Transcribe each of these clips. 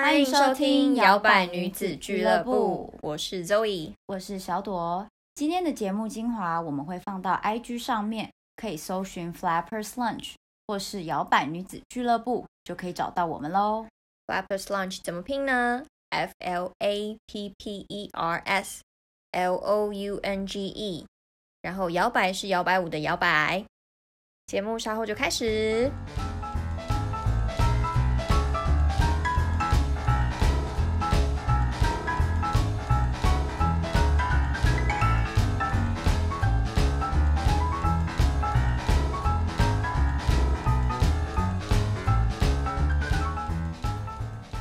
欢迎收听摇摆女子俱乐部，我是 Zoe。我是小朵。哦今天的节目精华我们会放到 IG 上面，可以搜寻 Flappers Lunch 或是摇摆女子俱乐部，就可以找到我们喽。 Flappers Lunch 怎么拼呢？F L A P P E R S L O U N G E。然后摇摆是摇摆舞的摇摆。节目稍后就开始。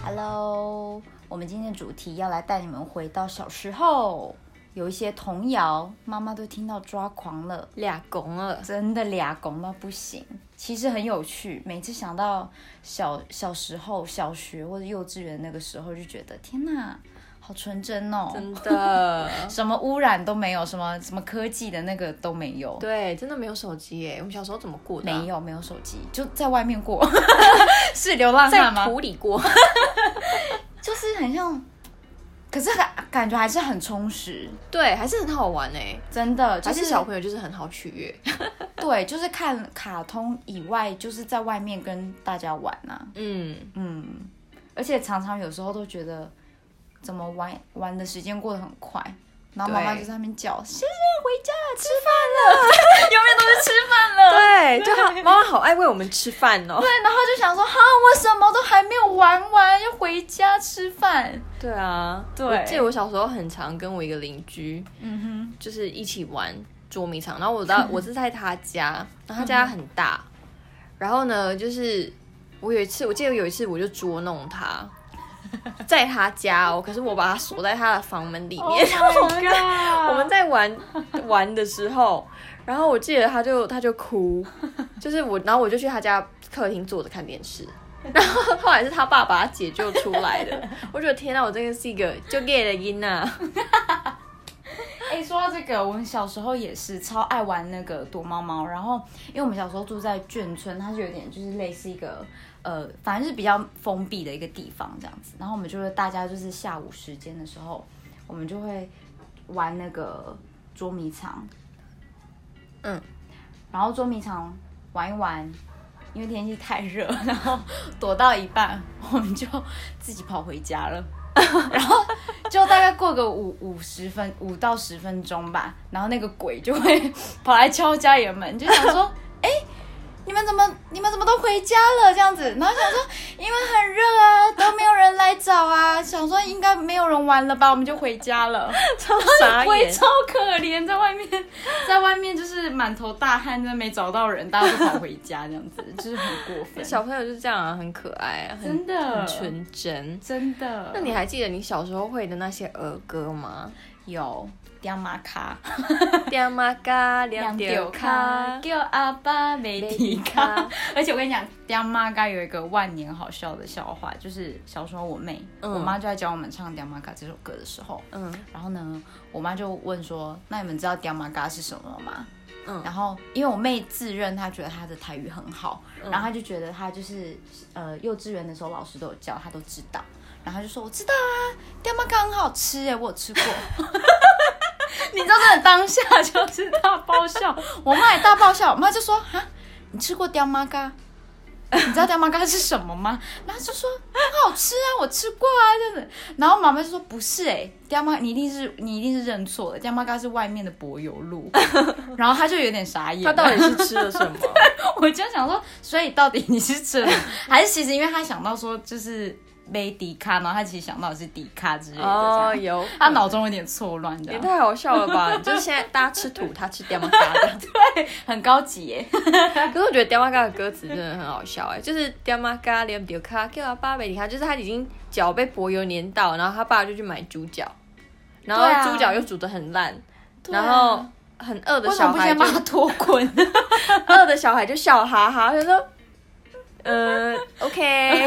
Hello，我们今天的主题要来带你们回到小时候，有一些童谣，妈妈都听到抓狂了。俩拱了，真的俩拱到不行，其实很有趣。每次想到小小时候、小学或者幼稚园那个时候，就觉得天哪，好纯真哦！真的， 什么污染都没有，什么什么科技的那个都没有，对，真的没有手机耶。我们小时候怎么过的啊、没有没有手机，就在外面过， 是流浪在汉吗？土里 过。就是很像，可是感感觉还是很充实，对，还是很好玩哎。真的。就还是是小朋友就是很好取悦。对，就是看卡通以外，就是在外面跟大家玩呐、嗯，嗯，而且常常有时候都觉得，怎么玩玩的时间过得很快，然后妈妈对就在那边叫：“先生回家吃饭了。”永远都是吃饭了。对，就好，妈妈好爱喂我们吃饭哦。对，然后就想说：“哈，我什么都还没有玩完，要回家吃饭。对啊，对我记得我小时候很常跟我一个邻居，”嗯就是一起玩捉迷藏。然后我到我是在他家，然后他家很大，然后呢，就是我有一次，我记得有一次我就捉弄他。在他家哦，可是我把他锁在他的房门里哼，面。我们我啊们在玩玩的时候，然后我记得他就他就 哭，就是我，然后我就去他家客厅坐着看电视，然后后来是他爸把他解救出来的。我觉得天啊，我真的是一个就 gay 的音呐，哎、说到这个，我们小时候也是超爱玩那个躲猫猫。然后，因为我们小时候住在眷村，它是有点就是类似一个呃，反正是比较封闭的一个地方这样子。然后我们就会大家就是下午时间的时候，我们就会玩那个捉迷藏。嗯，然后捉迷藏玩一玩，因为天气太热，然后躲到一半，我们就自己跑回家了。然后就大概过个五五十分五到十分钟吧，然后那个鬼就会跑来敲家里的门，就想 说，哎、你们怎么你们怎么都回家了这样子？然后想说，因为很热啊，都没有人来找 啊，想说应该没有人玩了吧，我们就回家了。 超傻鬼眼。超可怜，在外面，在外面就是满头大汗，真的没找到人，大家都跑回家这样 子，就是很过分，小朋友就是这样啊，很可爱啊，很真的很纯真。真的。那你还记得你小时候会的那些儿歌吗？有刁妈卡？两马 嘎，两丢卡卡，叫阿爸没提卡卡。 而且我跟你讲，刁妈嘎有一个万年好笑的笑话，就是小时候我妹，嗯我妈就在教我们唱《刁妈嘎》这首歌的时候，嗯然后呢，我妈就问说：“那你们知道刁妈嘎是什么吗？”嗯然后因为我妹自认她觉得她的台语很好，嗯然后她就觉得她就是呃幼稚园的时候老师都有教，她都知道，然后她就说我知道啊，刁妈嘎很好吃哎，我有 吃过。你知道真的当下就是大爆笑，我妈也大爆笑，我妈就说哈，你吃过刁妈嘎？你知道刁妈嘎是什么吗？然后就说很好吃啊，我吃过啊，这样子。然后妈妈就说不是哎、刁妈你一定是你一定是认错了，刁妈嘎是外面的柏油路。然后他就有点 傻眼，他到底是吃了什 么？我就想说，所以到底你是吃 了，还是其实因为他想到说就是杯迪卡，然后他其实想到的是迪卡之类的，哦，这样有他脑中有点错乱这也样，太好笑了吧！就是现在大家吃土，他吃刁妈嘎的。很高级耶。 可是我觉得刁妈嘎的歌词真的很好笑哎，就是刁妈嘎连丢卡给他爸贝你看，就是他已经脚被柏油粘到，然后他爸就去买猪脚，然对啊后猪脚又煮的很烂，啊然后很饿的 为什小么不孩先就帮他脱困？ 饿的 小孩就笑哈哈，就说。呃，OK，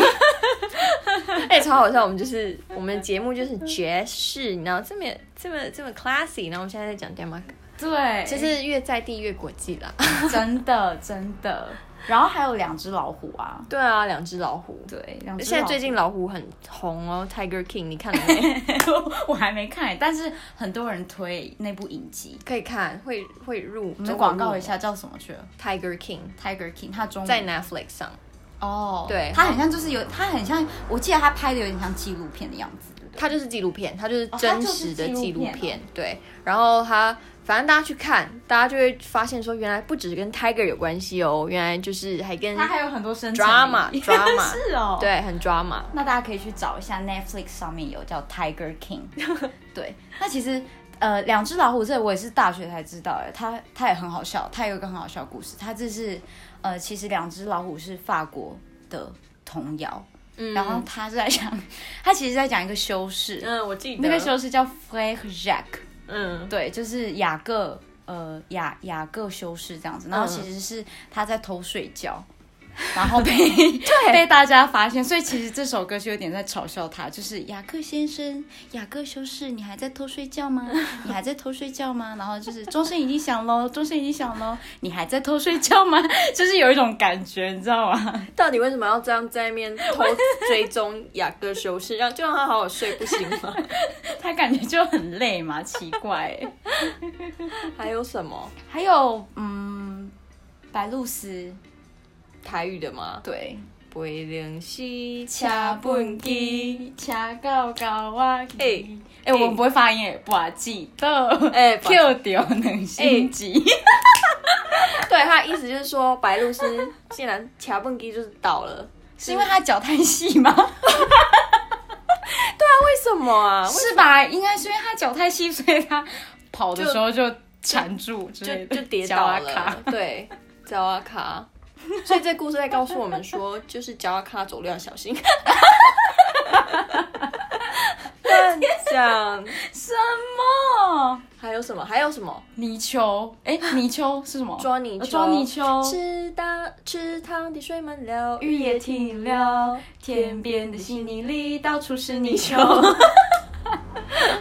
哎、超好笑。我们就是我们的节目就是爵士，你知道这么这么这么 classy，然后我们现在在讲刁妈嘎。对，就是越在地越国际啦。真的真的。然后还有两只老虎啊， 对啊，两只老虎。对，两只 现在最老虎近老虎很红哦，《Tiger King》，你看了 没？ 我还没看，欸但是很多人推那部影集。可以看，会会入。我中们国广告入一下叫什么去了《Tiger King》， ？Tiger King，它中文在 Netflix 上。哦，对它很像就是有，它很像，我记得它拍的有点像纪录片的样子，对不对？它就是纪录片，哦它就是它真就是实的纪纪录录片，啊片对。然后它，反正大家去看，大家就会发现说，原来不只跟 Tiger 有关系哦，原来就是还跟它还有很多深层 drama 意义 drama 是哦，。对很 drama。那大家可以去找一下 Netflix 上面有叫 Tiger King，对，那其实。呃，两只老虎这我也是大学才知道的，它它也很好笑，它有一个很好笑的故事。它这是呃，其实两只老虎是法国的童谣，嗯然后他是在讲，他其实在讲一个修士，嗯，我记得那个修士叫 Frère Jacques，嗯对，就是雅各呃雅雅各修士这样子。然后其实是他在偷睡觉，然后 被被大家发现，所以其实这首歌就有点在嘲笑他，就是雅各先生、雅各修士，你还在偷睡觉吗？你还在偷睡觉吗？然后就是钟声已经响喽，钟声已经响喽，你还在偷睡觉吗？ 就是有一种感觉，你知道吗？到底为什么要这样在面偷追踪雅各修士， 让就让他好好睡不行吗？他感觉就很累嘛，奇怪欸、 还有什么 还有，嗯，白露丝，台语的吗？对，北灵西掐蹦基，掐高高啊，哎欸哎，我们不会发音哎，瓦记的， 哎不好记 Q 掉能心机，对，他的意思就是说白露丝竟然卡蹦基就是倒了，是因为他脚太细吗？为什么啊？为是吧？应该是因为他脚太细，所以他跑的时候就缠住之类就的，就跌脚倒啊卡了，对，脚阿卡。所以这故事在告诉我们 说，就是脚阿卡走路要小心。 乱讲，什么？还有什么？还有什么？泥鳅？哎，泥鳅是什么？抓泥鳅，哦抓泥鳅，池塘池塘的水满了，雨也停了，天边的稀泥里到处是泥 鳅。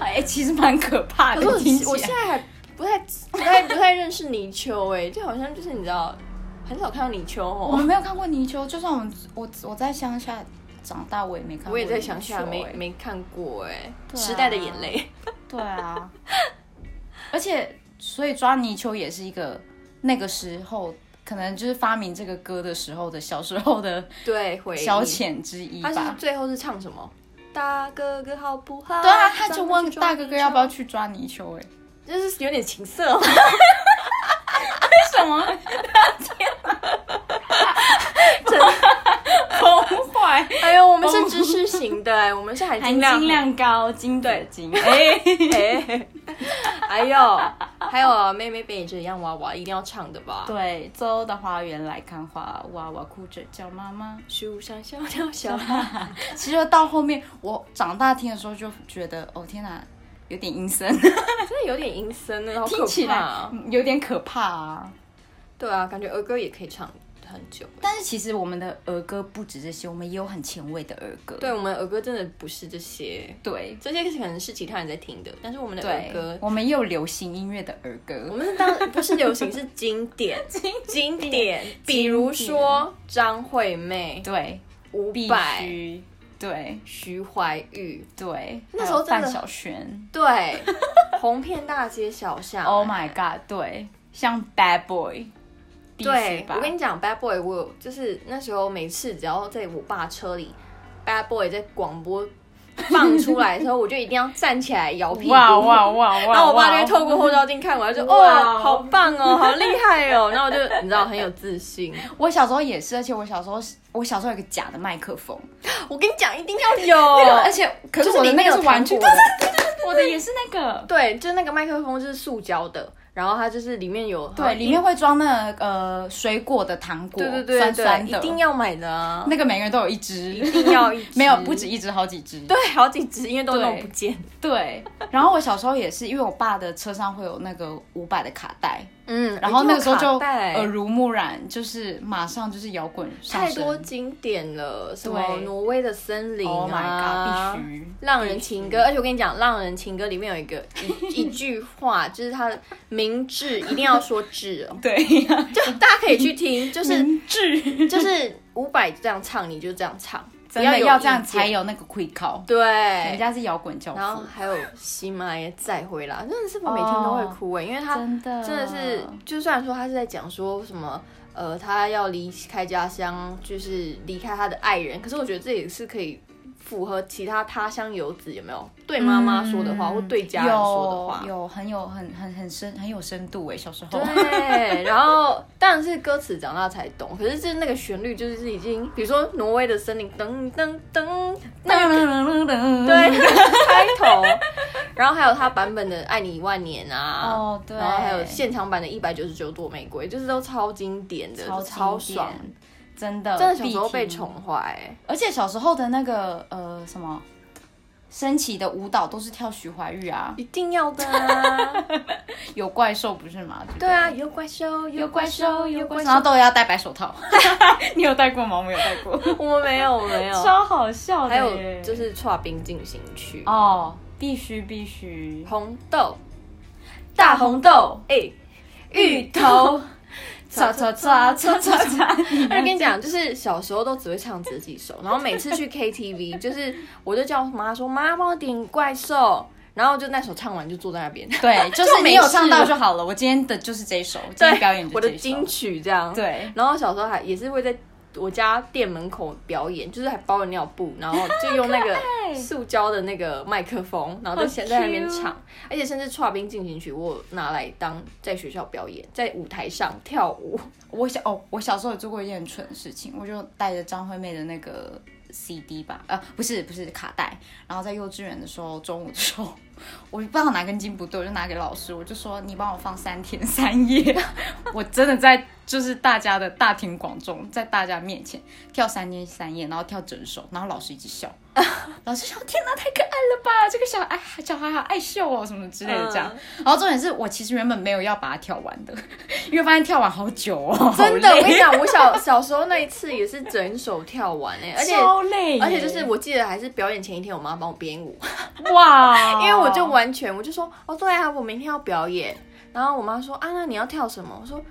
哎、其实蛮可怕可的是， 听我我起现来。在还不太不太不太认识泥鳅哎、就好像就是你知道，很少看到泥鳅我哦。们没有看过泥鳅，就算我们我我在乡下长大，我也没看过。欸我也在乡下没。没看过哎、啊时代的眼泪。 对啊，而且所以抓泥鳅也是一个那个时候。可能就是发明这个歌的时候的小时候的对，回忆消。遣之一他是吧。最后是唱什么？大哥哥好不好？对啊，他就咱们问去抓大哥哥要不要泥去抓泥鳅、哎，鳅，就是有点情色、 哦。为什 么？ 崩 坏，哎呦，我们是知识型的、哎，我们是含哦含金量。金量高，金对 金。哎，哎，哎呦，还有啊，妹妹被你这样娃娃一定要唱的吧？对，走到花园来看花，娃娃哭着叫妈妈。树上小鸟小孩，其实到后面我长大听的时候就觉得，哦天哪，有点阴森，真的有点阴森呢，好可听起怕、来啊。嗯有点可怕啊。对啊，感觉儿歌也可以唱很久。但是其实我们的儿歌不止这些，我们也有很前卫的儿歌。对我们儿歌真的不是这些，对这些可能是其他人在听的，但是我们的儿歌对，，我们也有流行音乐的儿我歌。们是当不是流行是 经典，经典，比如说张惠妹、对，伍必佰、须。对徐怀钰，对，那时候还有真的范晓萱。 对，红遍大街小巷。 Oh my god，对，像 Bad Boy，必须对，吧我跟你讲，Bad Boy，我有就是那时候每次只要在我爸车里，Bad Boy 在广播放出来的时候，我就一定要站起来摇屁股。哇哇哇哇！然后我爸就会哇哦透过后照镜看我，他就哇哇，好棒哦，好厉害哦。然后我就你知道很有自 信。我小时候也是，而且我小时候是我小时候有个假的麦克风，我跟你讲，一定要有，而且可是哦就是我的里那面个有是玩具，糖果的对对对对对，我的也是那个，对，就是那个麦克风就是塑胶的，然后它就是里面有对，里面会装那个呃水果的糖果，对对对酸对酸一的，定要买的啊， 那个每个人都有一只，一一定要一 没有支不止一只，好几只，对好几只，因为都弄对不见。对。然后我小时候也是，因为我爸的车上会有那个五百的卡带，嗯，然后那个时哎候一定就有卡带耳濡目染，就是马上就是摇滚上太身多经典了，什么对挪威的森林 Oh my 啊 god，必须浪人情歌，而且我跟你讲，浪人情歌里面有一个 一一句话，就是他的明智一定要说智哦，对， 就大家可以去听，就是明智，就是 伍佰这样唱，你就这样唱，真的有要这样意见才有那个 quick call，人对。家是摇滚教哎然后父，还有西马也再回来，真的是我每听都会哭哎、因为他真的真的是，嗯就虽然说他是在讲说什么，呃，他要离开家乡，就是离开他的爱人，可是我觉得这也是可以符合其他他乡游子有没有对妈妈说的话、嗯或对家人说的话有。有很有很很很深很有深度哎，小时候。对，然后当然是歌词长大才懂，可是就是那个旋律就是已经，比如说挪威的森林，噔噔噔，那个对 啊 对开头，然后还有他版本的《爱你一万年》啊，哦对然后还有现场版的《一百九十九朵玫瑰》，就是都超经典的，超就超经典爽，真的真的小时候被必听宠坏、欸。而且小时候的那个呃什么升旗的舞蹈都是跳徐怀钰啊，一定要的 啊！有怪兽不是吗？对啊，有怪兽，有怪兽，啊有怪然后兽。都要戴白手套。 你有戴过吗？我没有戴过，我们没有，我们没有。超好笑的哦还耶。有就是《跨冰进行曲》哦，哦，必须必须，红豆，大红豆、哎、芋 头，叉叉叉叉叉叉。我跟你讲，就是小时候都只会唱这几首，然后每次去 KTV，就是 我就叫我妈说妈帮我点怪兽，然后就那首唱完就坐在那边， 对，就是没你有事唱到了就好了。我今天的就是这一首，今天表演我就的这一首金。曲这样。，对，然后小时候还也是会在我家店门口表演，就是还包了尿布，然后就用那个塑胶的那个麦克风，然后就先在那边唱，而且甚至《跨冰进行曲》我有拿来当在学校表演，在舞台上跳舞。我小哦，我小时候也做过一件很蠢的事情，我就带着张惠妹的那个 CD 吧，呃，不是不是卡带，然后在幼稚园的时候，中午的时候，我就不知道哪根筋不对，我就拿给老师，我就说你帮我放三天三夜， 我真的在就是大家的大庭广众，在大家面前跳三天三夜，然后跳整首，然后老师一 直笑，老师说天哪，太可爱了吧，这个小孩小孩好爱秀哦，什么之类的这样。嗯然后重点是我其实原本没有要把它跳完的， 因为发现跳完好久哦，真的，好累我跟你讲，我小小时候那一次也是整首跳完 哎、而且超累耶，而且就是我记得还是表演前一天，我妈帮我编舞，哇，因为我就完全我就说哦对啊，我明天要表演，然后我妈说啊那你要跳什么？我说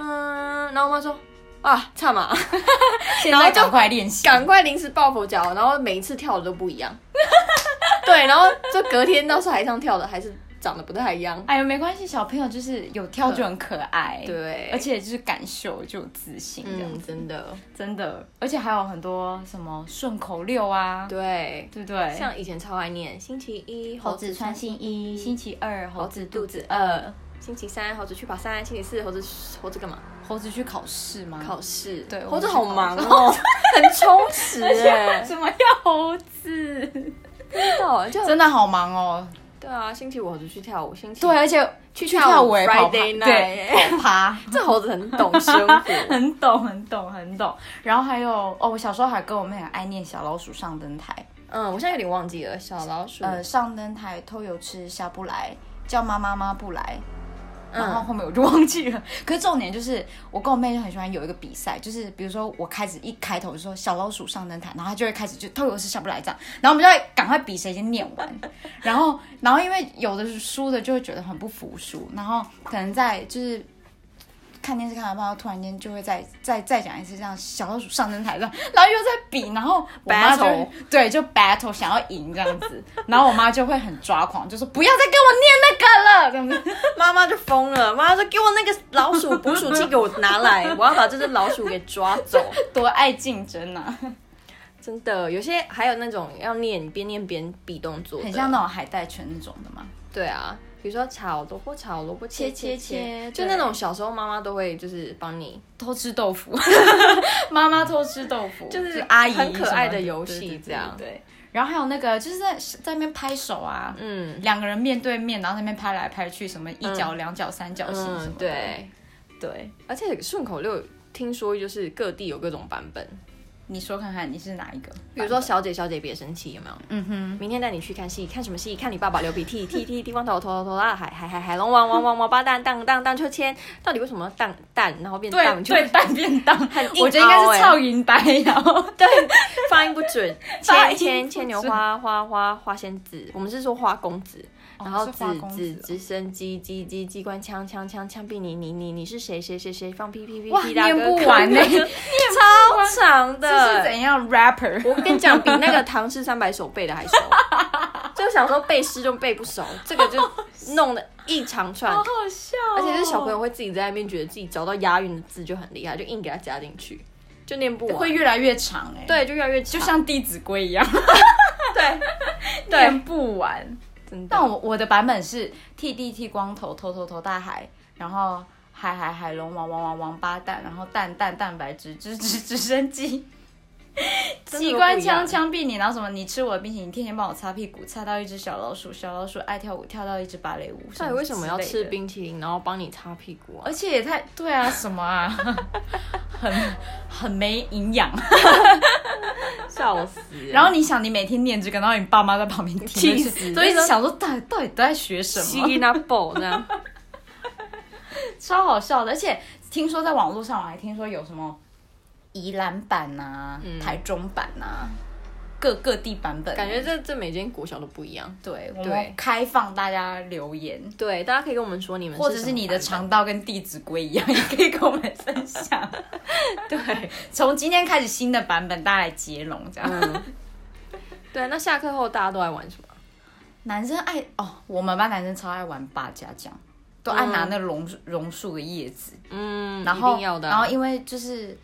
嗯，然后我妈说啊唱嘛，现然后在就赶快练习，赶快临时抱佛脚，然后每一次跳的都不一样， 对，然后就隔天到台上跳的还是长得不太一样，哎呦没关系，小朋友就是有跳就很可爱，，对，而且就是敢秀就有自信这样嗯子，真的真的，而且还有很多什么顺口溜啊，对，对不对？像以前超爱念星期一猴子穿嗯新衣，星期二猴猴子子肚肚子子饿饿，，星期三猴子去爬山，星期四猴子猴子干嘛？猴子去考试吗？考试，对猴子我们去好考忙试哦， 很充 实哎，什么叫猴子？ 真的哦就真的好忙哦。对啊，星期五猴子去跳舞，星期对，而且啊去去跳舞也跑趴， Friday night，对，跑趴， 这猴子很懂生活，很懂，很懂，很懂。然后还有哦，我小时候还跟我妹很爱念小老鼠上灯台， 嗯，我现在有点忘记了，嗯小老鼠，呃，上灯台偷油吃下不来，叫妈妈妈不来。然后嗯后面我就忘记了。 可是重点就是，我跟我妹就很喜欢有一个比赛，就是比如说我开始一开头就说小老鼠上灯台，然后她就会开始就偷油是下不来这样，然后我们就会赶快比谁先念 完。然后，然后因为有的是输的就会觉得很不服输，然后可能在就是。看电视看到半，突然间就会再再再讲一次这样小老鼠上灯台这样，然后又在比，然后我妈就 Battle 对就 battle 想要赢这样子，然后我妈就会很抓狂，就说不要再跟我念那个了这样子。妈妈就疯了，妈妈说给我那个老鼠捕鼠器给我拿来，我要把这只老鼠给抓走。多爱竞争啊，真的，有些还有那种要念边念边比动作的，很像那种海带拳那种的嘛。对啊，比如说炒萝卜，炒萝卜切切切切切，对就那种小时候妈妈都会就是帮你，偷吃豆腐， 妈妈偷吃豆 腐，就是阿姨很可什么爱的的游戏对对对这样对对然后还有那个就是在在那边拍手啊，嗯两个人面对面，然后在那边拍来拍去，什么一角、两角、三角形什嗯么的。对，对，而且顺口溜听说就是各地有各种版本，你说看看你是哪一个版本？比如说小姐小姐别生气，有没有？嗯哼，明天带你去看戏，看什么戏？看你爸爸流鼻涕， 剃剃剃光头，头头头大海，海海海龙王，王王王八蛋，荡荡荡秋千。到底为什么要荡蛋，然后变荡对秋？对，蛋便当，硬我觉得应该凹欸是超银白，然后 对，发音不准。 发牵音牵不牵牛准花花花花仙子，我们是说花公子，然后是子花公子子哦直升机机机机关枪枪枪枪毙你你你你是谁谁谁谁放屁屁屁哇屁大哥念不完呢 念超长的，这是怎样 rapper？我跟你 讲，比那个《唐诗三百首》背的还熟。 就小时候背诗就背不熟，这个就弄得一长串，好好笑哦、而且是小朋友会自己在那边觉得自己找到押韵的字就很厉害，就硬给它加进去，就念不完会。越来越长哎、，对，就越来越就就像《弟子规》一样，对对，念不完。真但的。我我的版本是剃地剃光头，头头头大海，然后海海海龙王王王王八蛋，然后蛋蛋蛋白质直直直升机， 真的机都关不一样枪枪毙你，然后什么你吃我的冰淇淋，天天帮我擦屁股，擦到一只小老鼠，小老鼠爱跳舞，跳到一只芭蕾舞。到底为什么要吃冰？冰淇淋，然后帮你擦屁股啊而？且也太对啊，什么啊，很很没 营养。 笑死！然后你想，你每天念这个，然后你爸妈在旁边听，气死所以一直想说，到底到底都在学什吸么，那爆这样，超好笑的。而且听说在网络上，我还听说有什么宜兰版呐、嗯台中版呐、各各地版本，感觉这这每间国小都不一样。对，我对们开放大家留言。对，大家可以跟我们说你们或者是什么你的版本肠道跟《弟子规》一样，也可以跟我们分享。 对。从今天开始，新的版本大家来接龙，这样。嗯，对，那下课后大家都爱玩什么？男生爱哦，我们班男生超爱玩八家将，都爱拿那榕榕树的叶子，嗯，然一后定要的啊、然后因为就是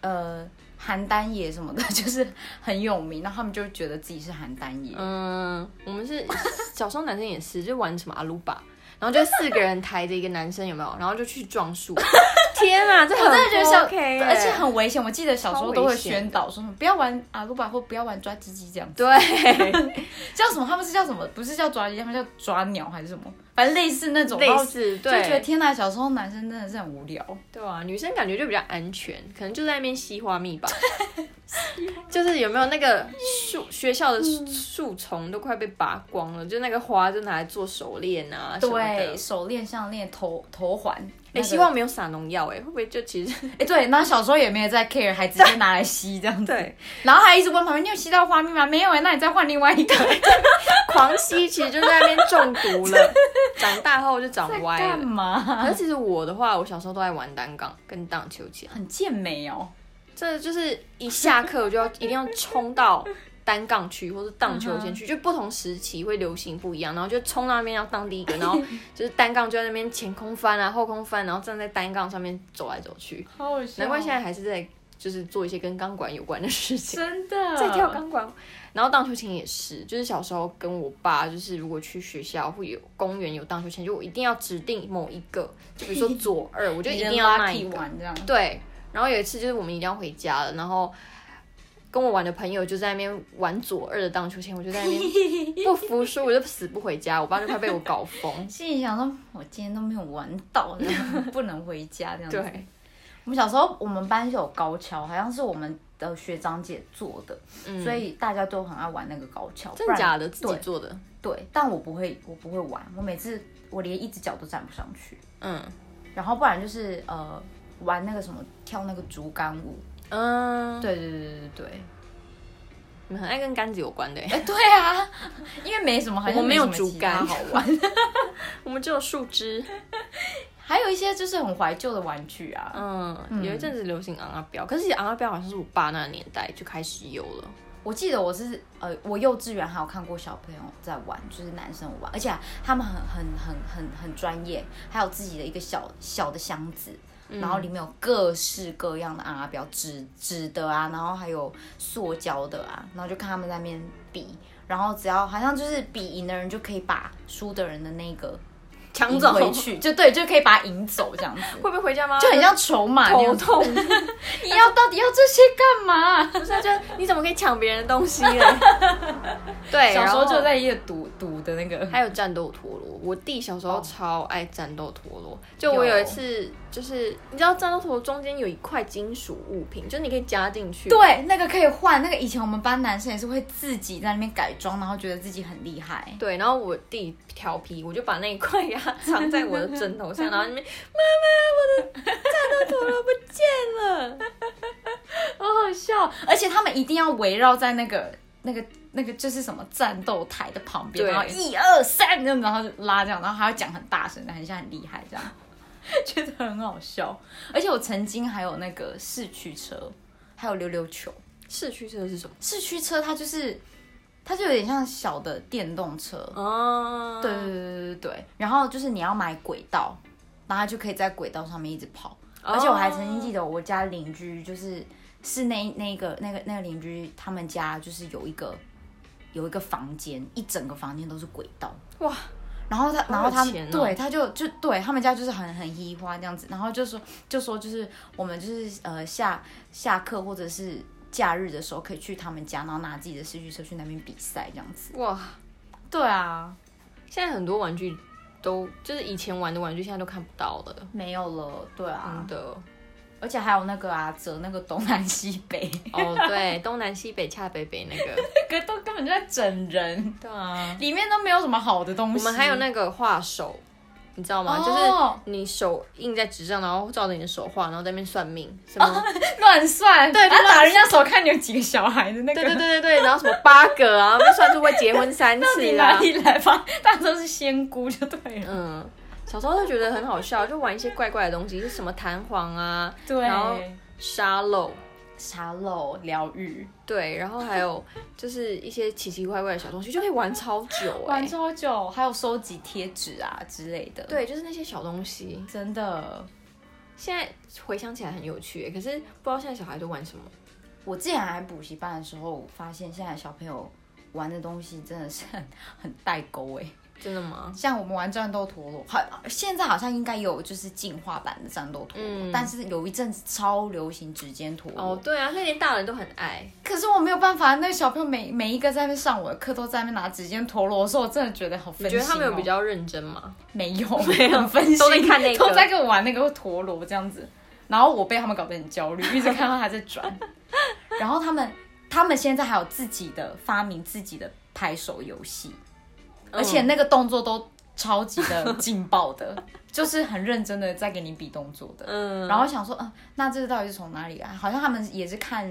呃邯郸爷什么的， 就是很有名，然后他们就觉得自己是邯郸爷。嗯，我们是 小时候男生也是，就玩什么阿鲁巴，然后就四个人抬着一个男生，有没有？然后就去撞 树。天啊，这我真的觉得小， o k 而且很危险。我记得小时超候危都会险宣导说什么不要玩阿鲁巴或不要玩抓鸡鸡这样子，对叫什么？他们是叫什么？不是叫抓鸡，他们叫抓鸟还是什么？反正类似那种。然类后似就觉得对天呐，小时候男生真的是很无聊。对啊，女生感觉就比较安全，可能就在那边吸花蜜吧。 就是有没有那个树学校的树树丛都快被拔光了，就那个花就拿来做手链啊什么的。对，手链、项链、头头环。哎、那个希望没有撒农药，哎，会不会就其 实哎、对，那小时候也没有在 care，还直接拿来吸这样子，对然后还一直问旁边你有吸到花蜜吗？没有哎、那你再换另外一个，狂吸，其实就在那边中毒 了，长大后就长歪干了。嘛？可是其实我的话，我小时候都爱玩单杠跟荡秋千，很健美哦，这就是一下课我就要一定要冲到单杠区或是荡秋千嗯区，就不同时期会流行不一样，然后就冲到那边要当第一个，然 后就是单杠就在那边前空翻啊、后空翻，然后站在单杠上面走来走去。好好笑难怪现在还是在就是做一些跟钢管有关的事情。真的 在跳钢管，然后荡秋千也是，就是小时候跟我爸，就是如果去学校会有公园有荡秋千，就我一定要指定某一个，就比如说左二， 我就一一定定要要那拉一个。玩这样，。对，然后有一次就是我们一定要回家了，然后跟我玩的朋友就在那边玩左二的荡秋千，我就在那边不服输，我就死不回家，我爸就快被我搞疯 心里想说，我今天都没有玩到，这样不能回家这样子。对，我们小时候我们班是有高跷，好像是我们的学长姐做的，嗯所以大家都很爱玩那个高跷，真的假的？不然自己做的？对对，但我不会，我不会玩，我每次我连一只脚都站不上去。嗯然后不然就是呃玩那个什么跳那个竹竿舞。嗯，对对对对对对，你们很爱跟杆子有关的欸，哎 对啊，因为没什么，好像我没有什么其他竹竿好玩。 我们只有树枝。还有一些就是很怀旧的玩具啊，嗯，有一阵子流行昂啊标，可是其实昂啊标好像是我爸那个年代就开始有了。我记得我是呃我幼稚园还有看过小朋友在玩，就是男生玩，而且啊、他们很很很很很专业，还有自己的一个小小的箱子。嗯然后里面有各式各样的啊，比较纸纸的啊，然后还有塑胶的啊，然后就看他们在那边比，然后只要好像就是比赢的人就可以把输的人的那个抢 赢走回去，就对，就可以把它赢走这样子，会不会回家吗？就很像筹码那头样子。痛， 你要到底要这些干嘛？ 不是啊就你怎么可以抢别人的东西呢？对，小时候然后就在一个赌赌的那个，还有战斗陀螺，我弟小时候哦超爱战斗陀螺。就我有一次，就是你知道战斗陀螺中间有一块金属物品，就是你可以加进去。，对，那个可以换。那个以前我们班男生也是会自己在那边改装，然后觉得自己很厉害。对，然后我弟调皮，我就把那一块呀 藏在我的枕头上，然后那边妈妈，我的战斗陀螺不见了。好好笑！而且他们一定要围绕在那个、那个、那个，就是什么战斗台的旁边，对然后一二三这样，然后就拉这样，然后还要讲很大声的，很像很厉害这样， 觉得很好笑。而且我曾经还有那个四驱车，还有溜溜球。市区车是什么？四驱车它就是，它就有点像小的电动车，哦，对对对对对对。然后就是你要买轨道，然后它就可以在轨道上面一直跑。而且我还曾经记得我家邻居就是是那那个那个那个邻居他们家就是有一个有一个房间，一整个房间都是轨道。哇，然后他，有然后他钱们哦对，他就就对他们家就是很很稀花这样子，然后就说就说就是我们就是呃下下课或者是假日的时候可以去他们家，然后拿自己的四驱车去那边比赛这样子。哇，对啊，现在很多玩具都就是以前玩的玩具，现在都看不到了。没有了，对啊真， 的而且还有那个啊，折那个东南西北，哦，对，东南西北恰北北那个，那 个都根本就在整人。对啊，里面都没有什么好的东西。我们还有那个画手，你知道吗？哦就是你手印在纸上，然后照着你的手画，然后在那边算命，什么？哦乱算，对就他乱打人家手看你有几个小孩的那个，对对对对对，然后什么八个啊，被算出会结婚三 到底次哪啊。里来吧？大家都是仙姑就对了。嗯，小时候就觉得很好笑，就玩一些怪怪的东西，是什么弹簧啊、对然后沙漏，沙漏疗愈对，然后还 有就是一些奇奇怪怪的小东西，就可以玩超久哎、玩超久，还有收集贴纸啊之类的。，对，就是那些小东西，真的，现在回想起来很有趣、欸，可是不知道现在小孩都玩什么。我之前还补习班的时候，我发现现在小朋友玩的东西真的是很很代沟哎、真的吗？像我们玩战斗陀螺，好，现在好像应该有就是进化版的战斗陀螺，嗯但是有一阵子超流行指尖陀螺。哦，对啊，现在连大人都很爱。可是我没有办法，那小朋友每每一个在那边上我的课，都在那边拿指尖陀螺的时候，我真的觉得好分你心、觉哦。得他们有比较认真嗯吗？没有没有分心，都在看那个都在跟我玩那个陀螺这样子。然后我被他们搞得 很焦虑，一直看到他在转。然后他们他们现在还有自己的发明自己的拍手游戏，而且那个动作都超级的劲爆的， 就是很认真的在给你比动作的。嗯，然后想说，嗯、那这个到底是从哪里来？好像他们也是看，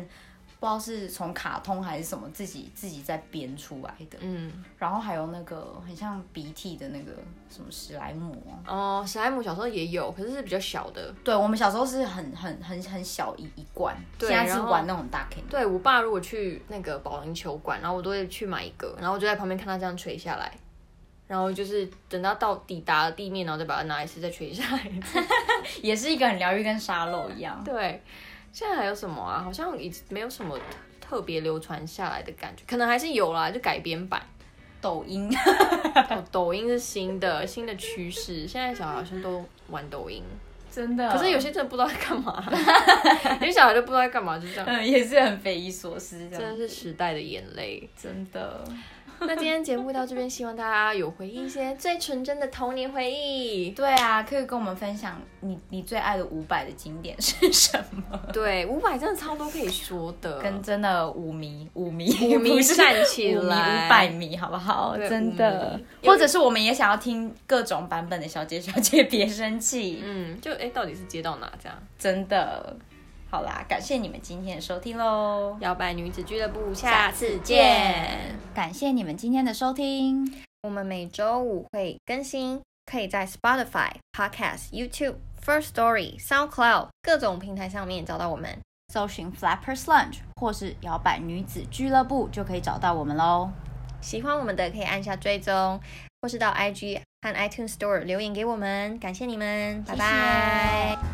不知道是从卡通还是什么，自己自己在编出来的。嗯，然后还有那个很像鼻涕的那个什么史莱姆哦、哦，史莱姆小时候也有，可是是比较小的。对我们小时候是很很很很小一一罐，对现在是然后玩那种大 K。对我爸如果去那个保龄球馆，然后我都会去买一个，然后我就在旁边看他这样垂下来，然后就是等到到抵达地面，然后再把它拿一次再垂下来。也是一个很疗愈，跟沙漏一样。对，现在还有什么啊？好像已没有什么特特别流传下来的感觉，可能还是有啦，就改编 版。抖音哦，抖音是新的新的趋势，现在小孩好像都玩抖音，真的，可是有些真的不知道在干 嘛，有些小孩就不知道在干嘛，就这样，嗯也是很匪夷所思 这真的样。是时代的眼泪。真的，那今天节目到这边，希望大家有回忆一些最纯真的童年回忆。对啊，可以跟我们分享你你最爱的伍佰的经典是什么？对，伍佰真的超多可以说的，跟真的五迷五迷 五迷 不是站起来五迷五百迷好不好？对真的五，迷或者是我们也想要听各种版本的《小姐小姐别生气》嗯，就哎、诶到底是接到哪这样？真的。好啦，感谢你们今天的收听喽，摇摆女子俱乐部，下次见见。感谢你们今天的收听。我们每周五会更新，可以在 Spotify、Podcast、YouTube、First Story、SoundCloud 各种平台上面找到我们。搜寻 Flappers Lunch 或是摇摆女子俱乐部就可以找到我们喽。喜欢我们的可以按下追踪，或是到 IG 和 iTunes Store 留言给我们。感谢你们，拜谢拜。